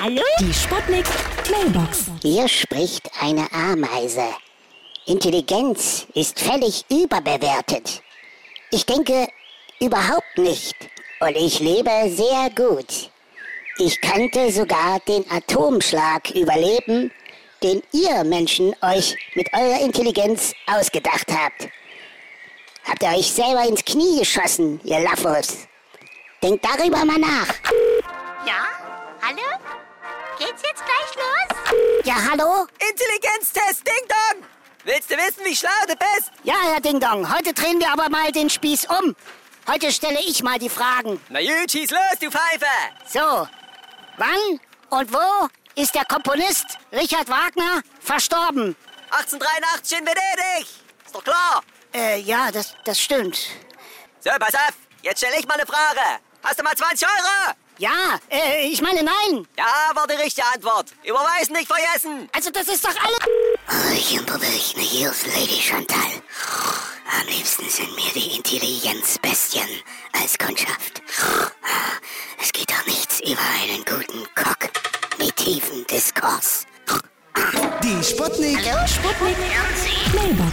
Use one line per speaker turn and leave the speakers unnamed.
Hallo?
Die Sputnik Mailbox.
Hier spricht eine Ameise. Intelligenz ist völlig überbewertet. Ich denke überhaupt nicht und ich lebe sehr gut. Ich könnte sogar den Atomschlag überleben, den ihr Menschen euch mit eurer Intelligenz ausgedacht habt. Habt ihr euch selber ins Knie geschossen, ihr Laffos? Denkt darüber mal nach.
Ja? Hallo? Geht's jetzt gleich los?
Ja, hallo?
Intelligenztest, Ding Dong! Willst du wissen, wie schlau du bist?
Ja, Herr Ding Dong, heute drehen wir aber mal den Spieß um. Heute stelle ich mal die Fragen.
Na gut, schieß los, du Pfeife!
So, wann und wo ist der Komponist Richard Wagner verstorben?
1883 in Venedig! Ist doch klar!
Äh, ja, das, das stimmt.
So, pass auf, jetzt stelle ich mal eine Frage. Hast du mal 20 Euro?
Ja, äh, ich meine nein.
Ja, war die richtige Antwort. Überweisen nicht vergessen!
Also das ist doch alles... Oh, Ich unterrichte hier Lady Chantal. Am liebsten sind mir die Intelligenzbestien als Kundschaft. Es geht doch nichts über einen guten Kock mit tiefem Diskurs.
Die Sputnik.
Sputnik Mailbox.